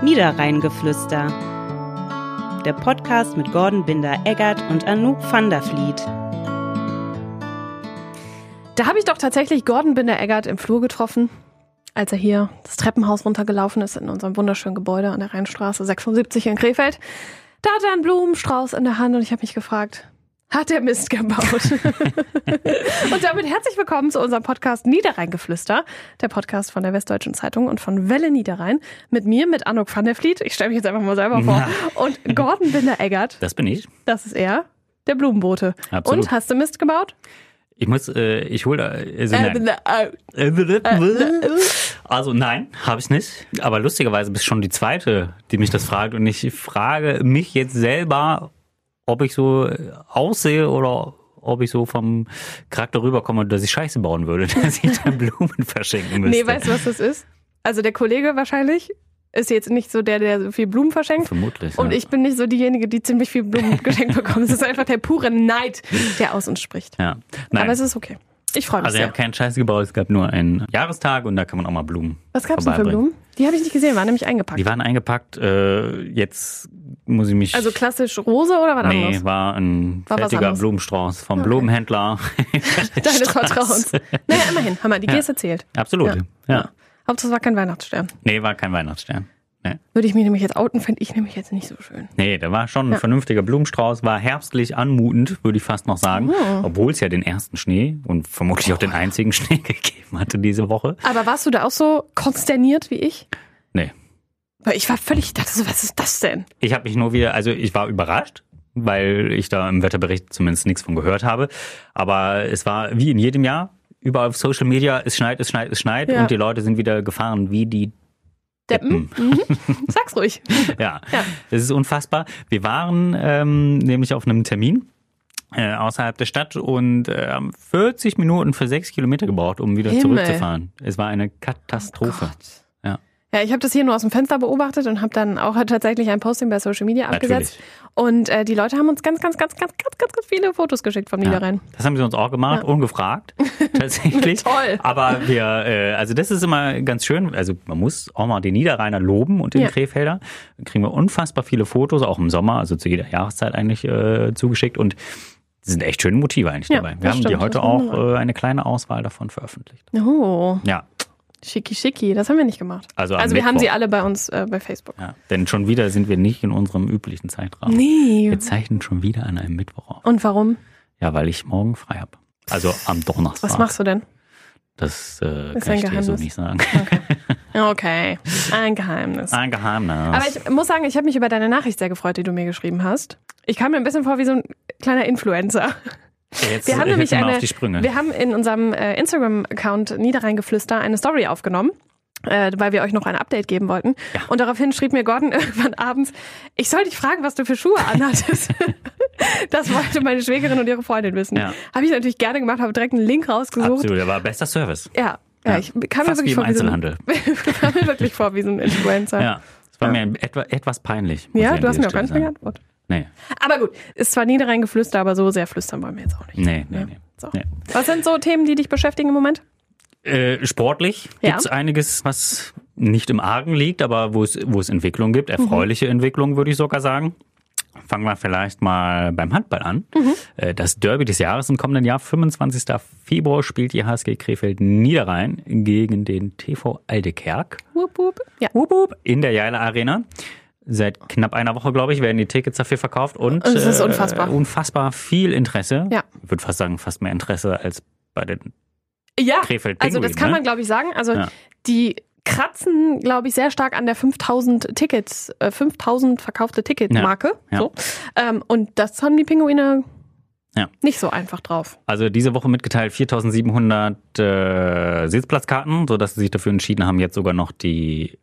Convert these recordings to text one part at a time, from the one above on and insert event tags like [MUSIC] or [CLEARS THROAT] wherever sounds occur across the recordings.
Niederrheingeflüster. Der Podcast mit Gordon Binder-Eggert und Anouk van der Vliet. Da habe ich doch tatsächlich Gordon Binder-Eggert im Flur getroffen, als er hier das Treppenhaus runtergelaufen ist in unserem wunderschönen Gebäude an der Rheinstraße 76 in Krefeld. Da hat er einen Blumenstrauß in der Hand und ich habe mich gefragt, hat er Mist gebaut? [LAUGHS] und damit herzlich willkommen zu unserem Podcast Niederrheingeflüster, der Podcast von der Westdeutschen Zeitung und von Welle Niederrhein. Mit mir, mit Anuk van der Vliet, ich stelle mich jetzt einfach mal selber vor, und Gordon Binder-Eggert, Das bin ich. das ist er, der Blumenbote. Absolut. Und hast du Mist gebaut? Ich muss, äh, ich hole, also Äh, nein. äh, Also nein, habe ich nicht. Aber lustigerweise bist schon die zweite, die mich das fragt. Und ich frage mich jetzt selber, ob ich so äh, aussehe oder ob ich so vom Charakter rüberkomme, dass ich Scheiße bauen würde, [LAUGHS] dass ich dann Blumen verschenken müsste. Nee, weißt du, was das ist? Also der Kollege wahrscheinlich ist jetzt nicht so der, der so viel Blumen verschenkt. Vermutlich. Und ja. ich bin nicht so diejenige, die ziemlich viel [LAUGHS] Blumen geschenkt bekommt. Es ist einfach der pure Neid, der aus uns spricht. Ja. Nein. Aber es ist okay. Ich freue mich also ich sehr. habe keinen Scheiß gebaut, es gab nur einen Jahrestag und da kann man auch mal Blumen. Was gab es denn für vorbeibringen. Blumen? Die habe ich nicht gesehen, waren nämlich eingepackt. Die waren eingepackt, äh, jetzt muss ich mich. also klassisch Rose oder was Nee, [LAUGHS] anderes? war ein War was fertiger anderes. Blumenstrauß vom Blumenhändler. [LAUGHS] Deines Vertrauens. Naja, immerhin, haben wir die Geste zählt. Absolut. Ja. Ja. Hauptsache es war kein Weihnachtsstern. Nee, war kein Weihnachtsstern. Nee, Würde ich mich nämlich jetzt outen, finde ich nämlich jetzt nicht so schön. nee da war schon ein Ja. vernünftiger Blumenstrauß, war herbstlich anmutend, würde ich fast noch sagen, Oh. obwohl es ja den ersten Schnee und vermutlich auch den einzigen [LAUGHS] Schnee gegeben hatte diese Woche. Aber warst du da auch so konsterniert wie ich? Nee. Weil ich war völlig, ich dachte so, was ist das denn? Ich habe mich nur wieder, also ich war überrascht, weil ich da im Wetterbericht zumindest nichts von gehört habe. Aber es war wie in jedem Jahr, überall auf Social Media, es schneit, es schneit, es schneit Ja. und die Leute sind wieder gefahren wie die Deppen? Mhm. Sag's ruhig. Ja, es ist unfassbar. Wir waren ähm, nämlich auf einem Termin äh, außerhalb der Stadt und äh, haben 40 Minuten für sechs Kilometer gebraucht, um wieder Himmel. Oh zurückzufahren. Es war eine Katastrophe. Ja. Ja, ich habe das hier nur aus dem Fenster beobachtet und habe dann auch tatsächlich ein Posting bei Social Media abgesetzt. Und äh, die Leute haben uns ganz, ganz, ganz, ganz, ganz, ganz, ganz viele Fotos geschickt vom Ja, Niederrhein. das haben sie uns auch gemacht, [LAUGHS] ungefragt, tatsächlich. Toll. Aber wir, äh, also das ist immer ganz schön. Also man muss auch mal den Niederrheiner loben und den Ja. Krefelder. Da kriegen wir unfassbar viele Fotos, auch im Sommer, also zu jeder Jahreszeit eigentlich äh, zugeschickt. Und das sind echt schöne Motive eigentlich Ja, dabei. Wir das haben die stimmt, heute das muss man auch äh, eine kleine Auswahl davon veröffentlicht. Oh, Ja, schicki schicki, das haben wir nicht gemacht. also, am Also wir haben sie Mittwoch. alle bei uns äh, bei Facebook. Ja, denn schon wieder sind wir nicht in unserem üblichen Zeitrahmen. Nee. Wir zeichnen schon wieder an einem Mittwoch auf. Und warum? Ja, weil ich morgen frei habe. Also am Donnerstag. Was machst du denn? Das äh, Ist kann ein ich dir so Geheimnis. nicht sagen. [LAUGHS] Okay, ein Geheimnis. Ein Geheimnis. Aber ich muss sagen, ich habe mich über deine Nachricht sehr gefreut, die du mir geschrieben hast. Ich kam mir ein bisschen vor wie so ein kleiner Influencer. jetzt, Wir haben jetzt nämlich sind wir eine, auf die Sprünge. wir haben in unserem äh, Instagram-Account Niederrheingeflüster eine Story aufgenommen. Äh, weil wir euch noch ein Update geben wollten. Und daraufhin schrieb mir Gordon [LAUGHS] irgendwann abends, ich soll dich fragen, was du für Schuhe anhattest. [LAUGHS] das wollte meine Schwägerin und ihre Freundin wissen. Ja. Habe ich natürlich gerne gemacht, habe direkt einen Link rausgesucht. Absolut, aber bester Service. Ja, ja, Ja. ich kam mir Fast wirklich wie im vor wie so ein, Einzelhandel. [LAUGHS] kam mir wirklich vor wie so ein Influencer. Ja, es war mir etwa, etwas peinlich. muss Ja, ich an du hast dieser mir auch gar nicht Stelle mehr sagen. geantwortet. Nee, Aber gut, ist zwar Niederrheingeflüster, aber so sehr flüstern wollen wir jetzt auch nicht. nee, nee. Ja. nee. So. nee. Was sind so Themen, die dich beschäftigen im Moment? Äh, sportlich Ja. gibt's einiges, was nicht im Argen liegt, aber wo es, wo es Entwicklung gibt, Mhm. erfreuliche Entwicklung, würde ich sogar sagen. Fangen wir vielleicht mal beim Handball an. Mhm. Äh, Das Derby des Jahres im kommenden Jahr, 25. Februar, spielt die HSG Krefeld Niederrhein gegen den TV Aldekerk Wupp, wupp. Ja. Wup, wup, in der Jale Arena. Seit knapp einer Woche, glaube ich, werden die Tickets dafür verkauft und Es ist unfassbar. Äh, unfassbar viel Interesse. Ja. Ich würde fast sagen, fast mehr Interesse als bei den Ja, Krefeld also das Pinguinen, kann ne? man, glaube ich, sagen. Also Ja. die kratzen, glaube ich, sehr stark an der 5000 Tickets, äh, 5000 verkaufte Ticketmarke. Ja, ja. So. Ähm, und das haben die Pinguine Ja. nicht so einfach drauf. Also diese Woche mitgeteilt 4700 äh, Sitzplatzkarten, sodass sie sich dafür entschieden haben, jetzt sogar noch die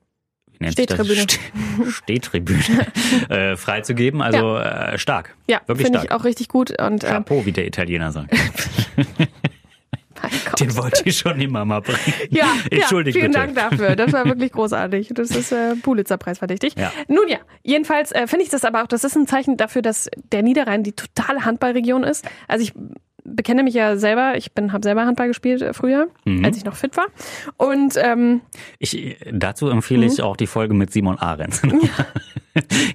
wie nennt sich das? Ste- [LAUGHS] [LAUGHS] Stehtribüne äh, freizugeben. Also äh, stark. Ja, Wirklich finde ich stark. auch richtig gut. Und ähm, Chapeau, wie der Italiener sagt. mein Gott. Den wollte ich schon immer mal bringen. [LAUGHS] [LAUGHS] ja, Entschuldigt ja, vielen bitte. Dank dafür. Das war wirklich großartig. Das ist äh, Pulitzer-Preis verdächtig. Ja. Nun ja, jedenfalls äh, finde ich das aber auch, das ist ein Zeichen dafür, dass der Niederrhein die totale Handballregion ist. Also ich bekenne mich ja selber, ich bin habe selber Handball gespielt äh, früher, Mhm. als ich noch fit war. Und ähm, Ich, dazu empfehle Mhm. ich auch die Folge mit Simon Ahrens. [LAUGHS]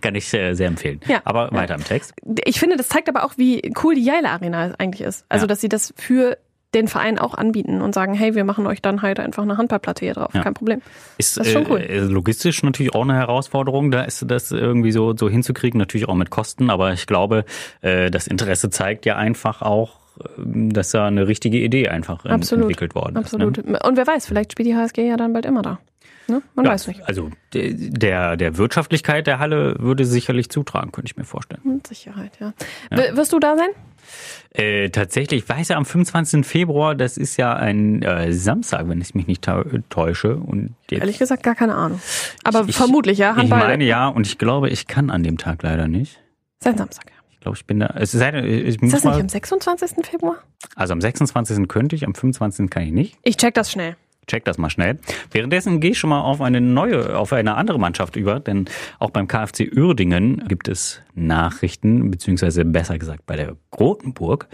Kann ich äh, sehr empfehlen. Ja. Aber weiter im Text. ich finde, das zeigt aber auch, wie cool die Yale Arena eigentlich ist. Also, Ja. dass sie das für den Verein auch anbieten und sagen, hey, wir machen euch dann halt einfach eine Handballplatte hier drauf, Ja. kein Problem. Ist, Das ist schon cool. äh, logistisch natürlich auch eine Herausforderung, da ist das irgendwie so, so hinzukriegen, natürlich auch mit Kosten, aber ich glaube, äh, das Interesse zeigt ja einfach auch, ähm, dass da eine richtige Idee einfach en- Absolut. entwickelt worden Absolut. ist. ne? Und wer weiß, vielleicht spielt die HSG ja dann bald immer da. Ne? Man Ne? weiß nicht. Also de- der, der Wirtschaftlichkeit der Halle würde sicherlich zutragen, könnte ich mir vorstellen. Mit Sicherheit, ja. W- Wirst du da sein? Äh, tatsächlich, ich weiß ja, am 25. Februar, das ist ja ein äh, Samstag, wenn ich mich nicht ta- täusche. Und jetzt, Ehrlich gesagt, gar keine Ahnung. Aber Ich- vermutlich, ja. ich Handball. meine ja, und ich glaube, ich kann an dem Tag leider nicht. Sein Samstag. ja. Ich glaube, ich bin da. Es sei denn, ich muss Ist das mal, nicht am 26. Februar? Also am 26. könnte ich, am 25. kann ich nicht. Ich check das schnell. Check das mal schnell. Währenddessen gehe ich schon mal auf eine neue, auf eine andere Mannschaft über, denn auch beim KfC Uerdingen gibt es Nachrichten, beziehungsweise besser gesagt bei der Grotenburg.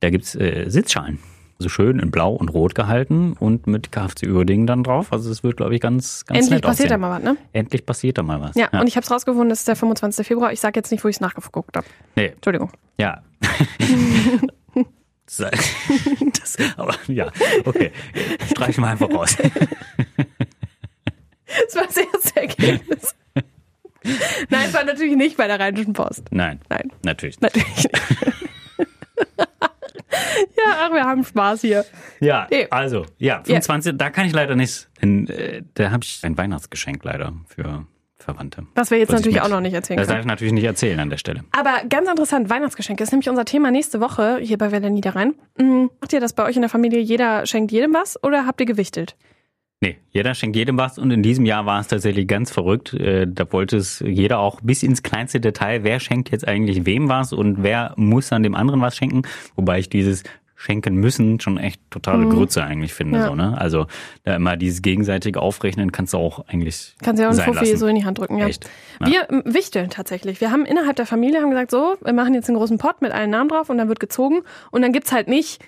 Da gibt es äh, Sitzschalen. So schön in blau und rot gehalten und mit KfC Uerdingen dann drauf. Also es wird, glaube ich, ganz, ganz Endlich nett passiert da aussehen. mal was, ne? Endlich passiert da mal was. Ja, und ich habe es rausgefunden, das ist der 25. Februar. Ich sage jetzt nicht, wo ich es nachgeguckt habe. nee, Entschuldigung. [LAUGHS] Ja. das, aber ja, okay. Streichen wir einfach raus. Das war das erste [LAUGHS] Ergebnis. Nein, es war natürlich nicht bei der Rheinischen Post. Nein, Nein, natürlich. nicht. natürlich nicht. [LAUGHS] ja, ach, wir haben Spaß hier. Ja, Nee. also, ja, 25, da kann ich leider nicht. Denn, äh, da habe ich ein Weihnachtsgeschenk leider für Verwandte. Was wir jetzt Was ich natürlich mit- auch noch nicht erzählen Das können. darf ich natürlich nicht erzählen an der Stelle. Aber ganz interessant, Weihnachtsgeschenke ist nämlich unser Thema nächste Woche hier bei Welle Niederrhein. Mhm. Macht ihr das bei euch in der Familie? Jeder schenkt jedem was oder habt ihr gewichtelt? Nee, jeder schenkt jedem was und in diesem Jahr war es tatsächlich ganz verrückt. Äh, Da wollte es jeder auch bis ins kleinste Detail, wer schenkt jetzt eigentlich wem was und wer muss an dem anderen was schenken. Wobei ich dieses Schenken müssen schon echt totale Grütze eigentlich finde. Mhm. Ja. So, ne? Also da immer dieses gegenseitige Aufrechnen kannst du auch eigentlich Kannst ja auch einen sein Fuffi lassen. so in die Hand drücken, ja. Echt? Ja. Wir ähm, wichteln tatsächlich. Wir haben innerhalb der Familie haben gesagt, so, wir machen jetzt einen großen Pott mit allen Namen drauf und dann wird gezogen und dann gibt's halt nicht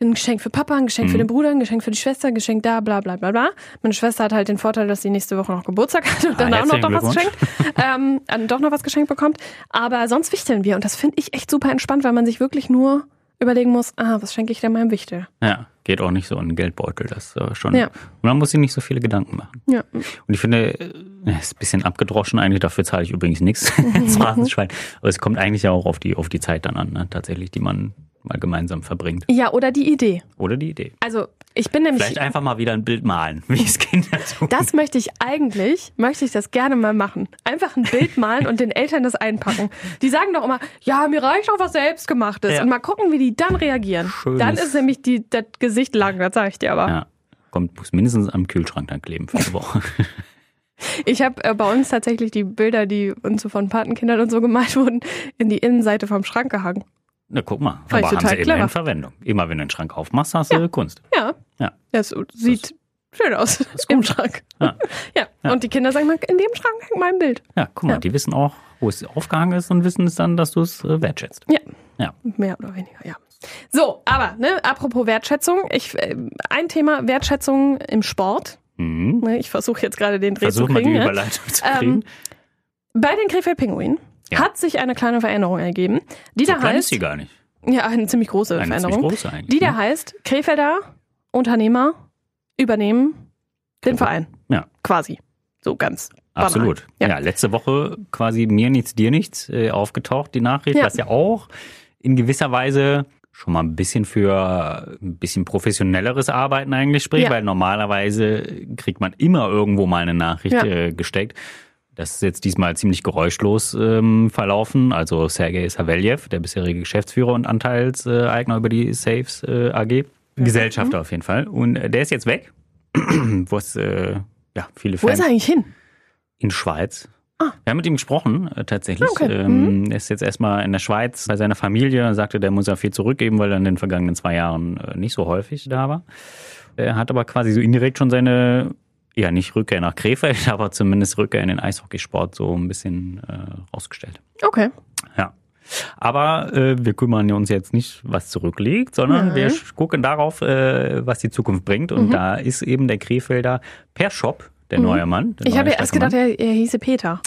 ein Geschenk für Papa, ein Geschenk Mhm. für den Bruder, ein Geschenk für die Schwester, ein Geschenk da, bla bla bla bla. Meine Schwester hat halt den Vorteil, dass sie nächste Woche noch Geburtstag hat und Ah, dann auch noch doch herzlichen was geschenkt, [LAUGHS] ähm, äh, doch noch was geschenkt bekommt. Aber sonst wichteln wir und das finde ich echt super entspannt, weil man sich wirklich nur überlegen muss, ah, was schenke ich denn meinem Wichtel? Ja, geht auch nicht so in den Geldbeutel, das äh, schon. Ja. Und man muss sich nicht so viele Gedanken machen. Ja. Und ich finde, äh, ist ein bisschen abgedroschen eigentlich, dafür zahle ich [LAUGHS] übrigens [LAUGHS] nichts ins Rasenschwein. Aber es kommt eigentlich ja auch auf die, auf die Zeit dann an, ne? tatsächlich, die man mal gemeinsam verbringt. Ja, oder die Idee. Oder die Idee. Also, ich bin nämlich Vielleicht einfach mal wieder ein Bild malen, [LAUGHS] wie es Kinder tun. Das möchte ich eigentlich, möchte ich das gerne mal machen. Einfach ein Bild malen und den Eltern das einpacken. Die sagen doch immer, ja, mir reicht doch was selbstgemachtes. Ja. Und mal gucken, wie die dann reagieren. Schönes- Dann ist nämlich die, das Gesicht lang, das sage ich dir aber. Ja. Kommt, muss mindestens am Kühlschrank dann kleben für eine Woche. [LAUGHS] Ich habe äh, bei uns tatsächlich die Bilder, die uns so von Patenkindern und so gemalt wurden, in die Innenseite vom Schrank gehangen. Na, guck mal. Fand ich Aber haben total sie clever. immerhin Verwendung. Immer wenn du den Schrank aufmachst, hast du Kunst. Ja. Ja. Das sieht schön aus im Schrank. Ja. [LAUGHS] Ja. Und die Kinder sagen mal, in dem Schrank hängt mein Bild. Ja, guck mal, Ja. die wissen auch, wo es aufgehangen ist und wissen es dann, dass du es äh, wertschätzt. Ja. Ja. Mehr oder weniger, ja. So, aber ne, apropos Wertschätzung, ich äh, ein Thema Wertschätzung im Sport. Mhm. Ne, ich versuche jetzt gerade den Dreh Versuch zu mal die kriegen. ne? Überleitung zu Ähm, kriegen. Bei den Krefeld Pinguinen Ja. hat sich eine kleine Veränderung ergeben, die da Klein ist heißt sie gar nicht. ja eine ziemlich große Eine ziemlich Veränderung, große eigentlich, die da ne? heißt Krefelder Unternehmer übernehmen den Verein Ja. quasi so ganz banal. Absolut. Ja. Ja. letzte Woche quasi mir nichts, dir nichts äh, aufgetaucht, die Nachricht, Ja. was ja auch in gewisser Weise schon mal ein bisschen für ein bisschen professionelleres Arbeiten eigentlich spricht, Ja. weil normalerweise kriegt man immer irgendwo mal eine Nachricht Ja. äh, gesteckt. Das ist jetzt diesmal ziemlich geräuschlos ähm, verlaufen. Also Sergei Savelyev, der bisherige Geschäftsführer und Anteilseigner über die Saves äh, AG, Mhm. Gesellschafter auf jeden Fall. Und äh, der ist jetzt weg, [CLEARS THROAT] was äh, ja viele Wo ist Fans er eigentlich hin? in Schweiz. Ah. Wir haben mit ihm gesprochen, äh, tatsächlich. Okay. Mhm. Ähm, Er ist jetzt erstmal in der Schweiz bei seiner Familie. Er sagte, der muss ja viel zurückgeben, weil er in den vergangenen zwei Jahren äh, nicht so häufig da war. Er hat aber quasi so indirekt schon seine, ja nicht Rückkehr nach Krefeld, [LAUGHS] aber zumindest Rückkehr in den Eishockeysport so ein bisschen äh, rausgestellt. Okay. Ja. Aber äh, wir kümmern uns jetzt nicht, was zurückliegt, sondern wir sch- gucken darauf, äh, was die Zukunft bringt. Mhm. Und da ist eben der Krefelder per Shop der neue Mann. Der Ich neue habe ja erst starke Mann. gedacht, er, er hieße Peter.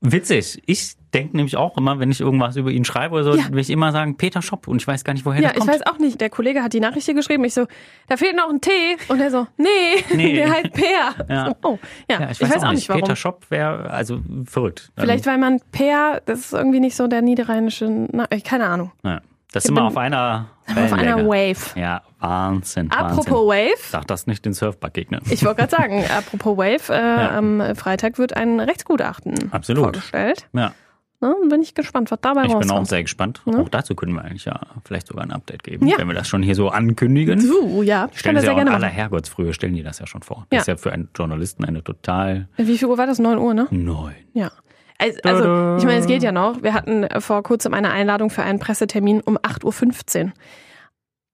Witzig. Ich denke nämlich auch immer, wenn ich irgendwas über ihn schreibe oder so, Ja. will ich immer sagen, Peter Schopp. Und ich weiß gar nicht, woher Ja, das ich kommt. weiß auch nicht. Der Kollege hat die Nachricht hier geschrieben. Ich so, da fehlt noch ein T. Und er so, nee, [LAUGHS] Nee. der heißt Peer. Ja. So, oh, ja. ich, weiß auch nicht, warum. Peter Schopp wäre, also verrückt. Dann- Vielleicht, weil man Peer, das ist irgendwie nicht so der niederrheinische, na, ich- keine Ahnung. Ja. Das Ich sind wir bin- auf einer Auf einer Wellenlänge. Wave. Ja, Wahnsinn. Apropos Wahnsinn. Wave. Sag das nicht den Surfbug-Gegnern. Ich wollte gerade [LAUGHS] sagen, apropos Wave, äh, am Freitag wird ein Rechtsgutachten Absolut. vorgestellt. Ja, Ne, bin ich gespannt, was dabei ich bin auch rauskommt. sehr gespannt. Ja. Auch dazu können wir eigentlich ja vielleicht sogar ein Update geben, Mhm. Ja. wenn wir das schon hier so ankündigen. Du, ja, Stellen können wir sehr Sie ja auch gerne in aller machen. Herrgottsfrühe, stellen die das ja schon vor. Das Ja. ist ja für einen Journalisten eine total Wie viel Uhr war das? 9 Uhr, ne? neuen. Ja. Also, also ich meine, es geht ja noch. Wir hatten äh, vor kurzem eine Einladung für einen Pressetermin um 8.15 Uhr.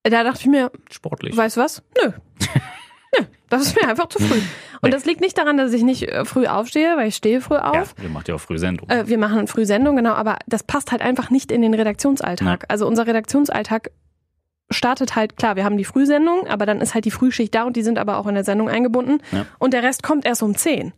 Da dachte ich mir, Sportlich. weißt du was? [LAUGHS] Nö. Nö, das ist mir einfach zu früh. Und das liegt nicht daran, dass ich nicht äh, früh aufstehe, weil ich stehe früh ja, auf. ihr macht ja auch früh Sendung. Äh, wir machen früh Sendung, genau, aber das passt halt einfach nicht in den Redaktionsalltag. Also unser Redaktionsalltag startet halt, klar, wir haben die Frühsendung, aber dann ist halt die Frühschicht da und die sind aber auch in der Sendung eingebunden. Ja. Und der Rest kommt erst um 10.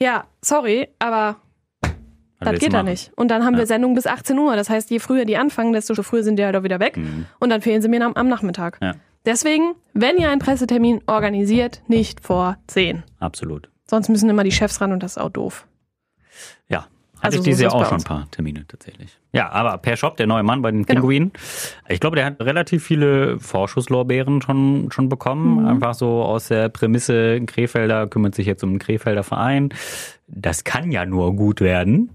Ja, sorry, aber Was das willst du geht da machen? nicht. Und dann haben Ja. wir Sendung bis 18 Uhr. Das heißt, je früher die anfangen, desto früher sind die halt auch wieder weg. Mhm. Und dann fehlen sie mir am, am Nachmittag. Ja. Deswegen, wenn ihr einen Pressetermin organisiert, nicht vor 10. Absolut. Sonst müssen immer die Chefs ran und das ist auch doof. Ja. Also Hatte ich so ist dieses Jahr das bei auch schon ein uns. paar Termine tatsächlich. Ja, aber Per Shop, der neue Mann bei den Genau. Pinguinen. Ich glaube, der hat relativ viele Vorschusslorbeeren schon, schon bekommen. Mhm. Einfach so aus der Prämisse, Krefelder kümmert sich jetzt um den Krefelder Verein. Das kann ja nur gut werden.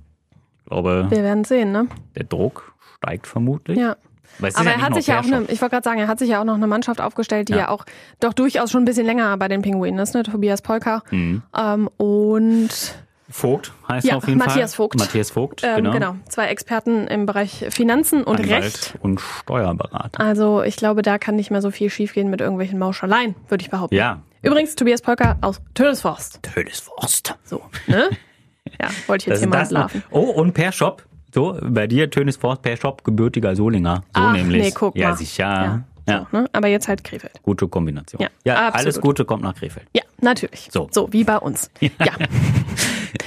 Ich glaube, Wir werden sehen, ne? der Druck steigt vermutlich. Ja. Weil es ist Aber er nicht hat nur sich ja auch Per Shop. eine, ich wollte gerade sagen, er hat sich ja auch noch eine Mannschaft aufgestellt, die ja, Ja. auch doch durchaus schon ein bisschen länger bei den Pinguinen ist, ne? Tobias Polka Mhm. ähm, und Vogt heißt Ja, er auf jeden Matthias Fall. Vogt. Matthias Vogt. ähm, genau. genau. zwei Experten im Bereich Finanzen und Anwalt Recht. und Steuerberater. Also ich glaube, da kann nicht mehr so viel schiefgehen mit irgendwelchen Mauschaleien, würde ich behaupten. Ja. Übrigens, Tobias Polka aus Tönesforst. Tödesforst. So, ne? ja, wollte ich jetzt hier mal noch. entlarven. Oh, und per Shop. So, bei dir Tönes Forst per Shop, gebürtiger Solinger. So Ach, nämlich. nee, guck ja, mal. sicher. Ja, Ja. So, ne? Aber jetzt halt Krefeld. Gute Kombination. Ja, Ja, absolut. alles Gute kommt nach Krefeld. Ja, natürlich. So. so wie bei uns. [LAUGHS] Ja.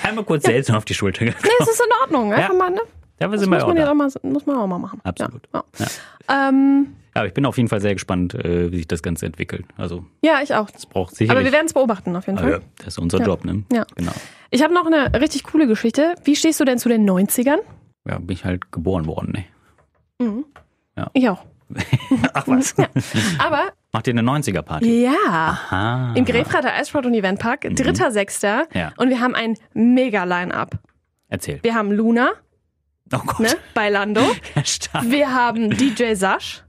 Einmal kurz seltsam auf die Schulter gekommen. Es ist in Ordnung. Einfach Ja. mal, ne? Da Das sind muss wir auch man, ja da. auch mal, muss man auch mal machen. Absolut. Ja, ja. Ähm, Ja, aber ich bin auf jeden Fall sehr gespannt, äh, wie sich das Ganze entwickelt. Also, ja ich auch. es braucht Aber wir sicherlich. Ah, werden es beobachten, auf jeden Fall. Aber das ist unser Ja. Job, ne? Ja. Genau. Ich habe noch eine richtig coole Geschichte. Wie stehst du denn zu den 90ern? Ja, bin ich halt geboren worden, [LAUGHS] ne? Ich [LAUGHS] auch. Ach was. Aber Macht ihr eine 90er-Party? ja, Ah. im Grefrader Eissport- und Eventpark, 3.6. Mhm. Ja. Und wir haben ein Mega-Line-Up. Erzähl. Wir haben Luna Oh Gott. [LAUGHS] ne, bei Lando. Stark. Wir haben DJ Sash.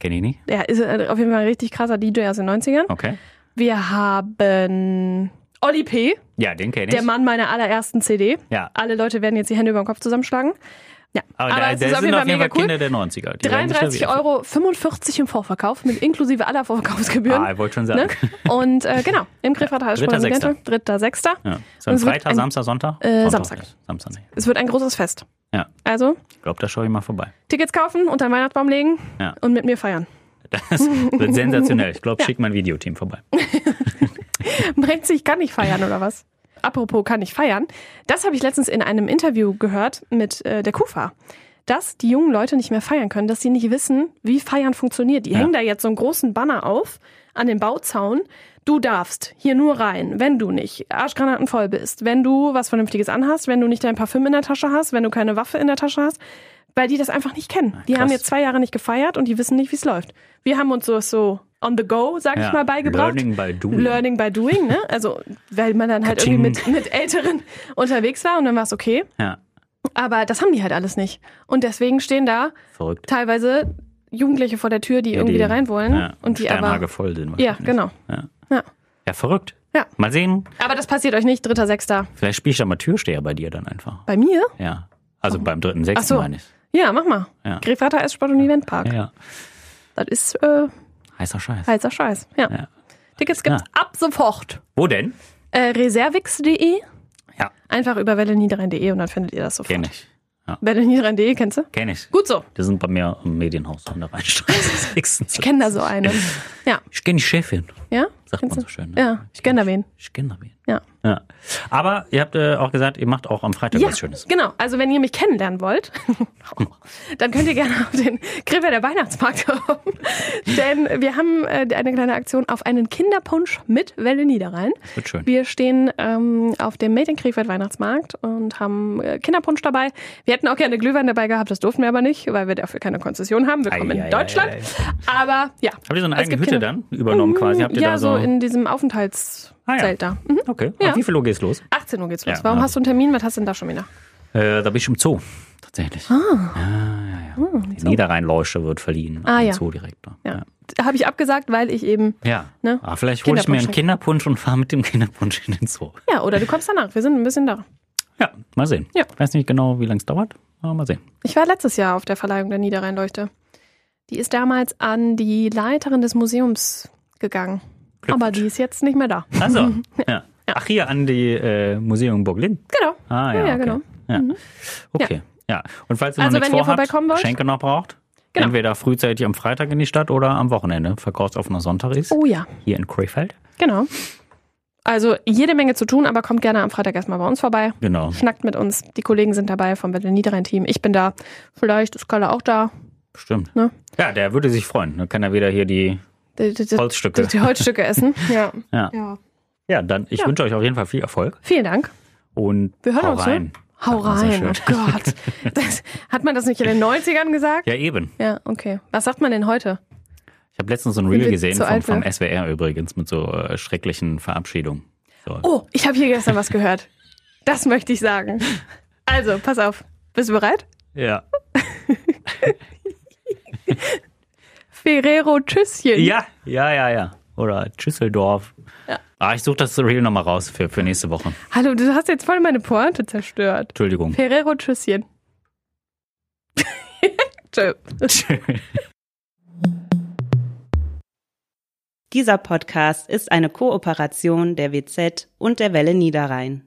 Kenn ich nicht? Der ist äh, auf jeden Fall ein richtig krasser DJ aus den 90ern. Okay. Wir haben Oli P., Ja, den kenn ich. der Mann meiner allerersten CD. Ja. Alle Leute werden jetzt die Hände über den Kopf zusammenschlagen. Ja, Aber, da, es da ist auf sind jeden Fall auf jeden mega Fall cool. Kinder der 90er. Die werden sich 33,45 da wiederfinden. Euro im Vorverkauf mit inklusive aller Vorverkaufsgebühren. ne? Ah, ich wollte schon sagen. Und äh, genau, [LAUGHS] im Griffrater Highschool Dritter, Sechster. dritter, sechster. Ja. Ist Und dann es wird Freitag, ein- Samstag, Sonntag? Äh, Sonntag Samstag. ist- Samstag nicht. Es wird ein großes Fest. Ja, Also ich glaube, da schaue ich [LAUGHS] mal vorbei. Tickets kaufen, unter den Weihnachtsbaum legen Ja. und mit mir feiern. Das wird sensationell. Ich glaube, schick mein Videoteam vorbei. [LAUGHS] Bringt sich, kann ich feiern oder was? Apropos kann ich feiern. Das habe ich letztens in einem Interview gehört mit äh, der Kufa. Dass die jungen Leute nicht mehr feiern können, dass sie nicht wissen, wie Feiern funktioniert. Die hängen da jetzt so einen großen Banner auf an dem Bauzaun. Du darfst hier nur rein, wenn du nicht Arschgranaten voll bist, wenn du was Vernünftiges anhast, wenn du nicht dein Parfüm in der Tasche hast, wenn du keine Waffe in der Tasche hast, weil die das einfach nicht kennen. Die krass. haben jetzt zwei Jahre nicht gefeiert und die wissen nicht, wie es läuft. Wir haben uns so, so on the go, sag ich Ja, mal, beigebracht. Learning by doing. Learning by doing, ne? Also, weil man dann halt irgendwie mit, Ka-ching. mit Älteren [LAUGHS] unterwegs war und dann war es okay. Ja, Aber das haben die halt alles nicht. Und deswegen stehen da verrückt. teilweise Jugendliche vor der Tür, die irgendwie da rein wollen. Ja. Und die aber. Sternhage voll sind. Ja, wahrscheinlich. genau. Ja. Ja. ja, verrückt. Ja. Mal sehen. Aber das passiert euch nicht, dritter, sechster. Vielleicht spiele ich ja mal Türsteher bei dir dann einfach. Bei mir? Ja. Also beim dritten, Ach sechsten so. meine ich. Ja, mach mal. Ja. Grefrater ist Sport- und Eventpark. Ja, ja. Das ist äh, Heißer Scheiß. heißer Scheiß. Ja. Ja. Tickets gibt's Ja. ab sofort. Wo denn? Äh, reservix.de. Ja. Einfach über wellenniederrhein.de und dann findet ihr das sofort. Kenn ich. Ja. Berliner Rande, kennst du? Kenne ich. Gut so. Die sind bei mir im Medienhaus an der Rheinstraße. [LAUGHS] 26. Ich kenne da so [LAUGHS] einen. Ja. Ich kenne die Chefin, Ja? sagt Kennst man du? so schön. Ne? Ja, ich kenne da wen. Ich kenne da wen. Ja. Ja. Aber ihr habt äh, auch gesagt, ihr macht auch am Freitag Ja, was Schönes. genau. Also wenn ihr mich kennenlernen wollt, [LAUGHS] dann könnt ihr gerne auf den Griffer der Weihnachtsmarkt kommen. [LAUGHS] Denn wir haben äh, eine kleine Aktion auf einen Kinderpunsch mit Welle Niederrhein. Wird schön. Wir stehen ähm, auf dem Made in Krefeld Weihnachtsmarkt und haben äh, Kinderpunsch dabei. Wir hätten auch gerne Glühwein dabei gehabt, das durften wir aber nicht, weil wir dafür keine Konzession haben. Wir kommen in Ei, ei, Deutschland. ei, ei. Aber ja. Habt ihr so eine Es eigene gibt Hütte Kinder- Mhm. dann übernommen quasi? Habt ihr ja, da so. in diesem Ah, ja. Aufenthaltszelt da. Mhm. okay. Ja. Und wie viel Uhr geht's los? 18 Uhr geht's los. Ja, Warum na. hast du einen Termin? Was hast du denn da schon wieder? Äh, da bin ich im Zoo. Tatsächlich. Ah. Ja, ja, ja. die Niederrheinläusche wird verliehen. Oh, Ah, an den ja. Zoo direkt. Ne? Ja. Habe ich abgesagt, weil ich eben. Ja. Ne? Aber vielleicht hole ich mir einen Kinderpunsch. Kinderpunsch und fahre mit dem Kinderpunsch in den Zoo. Ja, oder du kommst danach. Wir sind ein bisschen da. Ja, mal sehen. Ja. Weiß nicht genau, wie lange es dauert, aber mal sehen. Ich war letztes Jahr auf der Verleihung der Niederrheinleuchte. Die ist damals an die Leiterin des Museums gegangen. Glückwunsch. Aber die ist jetzt nicht mehr da. [LAUGHS] Also, ja. Ach, hier an die äh, Museum Burglin. Genau. Ah, ja, Ja, ja, okay. genau. Ja. Okay, ja. Und falls ihr Also, noch nichts wenn ihr vorhabt, vorbeikommen wollt- Geschenke noch braucht, Genau. entweder frühzeitig am Freitag in die Stadt oder am Wochenende. Verkaufsoffener Sonntag ist, Oh ja, hier in Krefeld. genau. Also jede Menge zu tun, aber kommt gerne am Freitag erstmal bei uns vorbei. Genau. Schnackt mit uns. Die Kollegen sind dabei vom Berlin Niederrhein-Team. Ich bin da. Vielleicht ist Kalle auch da. Stimmt. Ne? Ja, der würde sich freuen. Dann kann er wieder hier die Die, die, die, Holzstücke. die Holzstücke [LAUGHS] essen. Ja. Ja. ja. Ja, dann ich Ja. wünsche euch auf jeden Fall viel Erfolg Vielen Dank. und Wir hören hau uns, ne? rein. Hau Sagt man so rein. Oh schön. Gott. [LAUGHS] Das, hat man das nicht in den 90ern gesagt? Ja, eben. Ja, okay. Was sagt man denn heute? Ich habe letztens so ein Reel wir gesehen zu vom, alt, vom ne? SWR übrigens mit so äh, schrecklichen Verabschiedungen. So. Oh, ich habe hier gestern was gehört. Das möchte ich sagen. Also, pass auf. Bist du bereit? Ja. Ferrero Tschüsschen. Ja, ja, ja, ja. Oder Tschüsseldorf. Ja. Ah, ich suche das Reel nochmal raus für, für nächste Woche. Hallo, du hast jetzt voll meine Pointe zerstört. [LAUGHS] Entschuldigung. Ferrero Tschüsschen. [LAUGHS] Tschö. Dieser Podcast ist eine Kooperation der WZ und der Welle Niederrhein.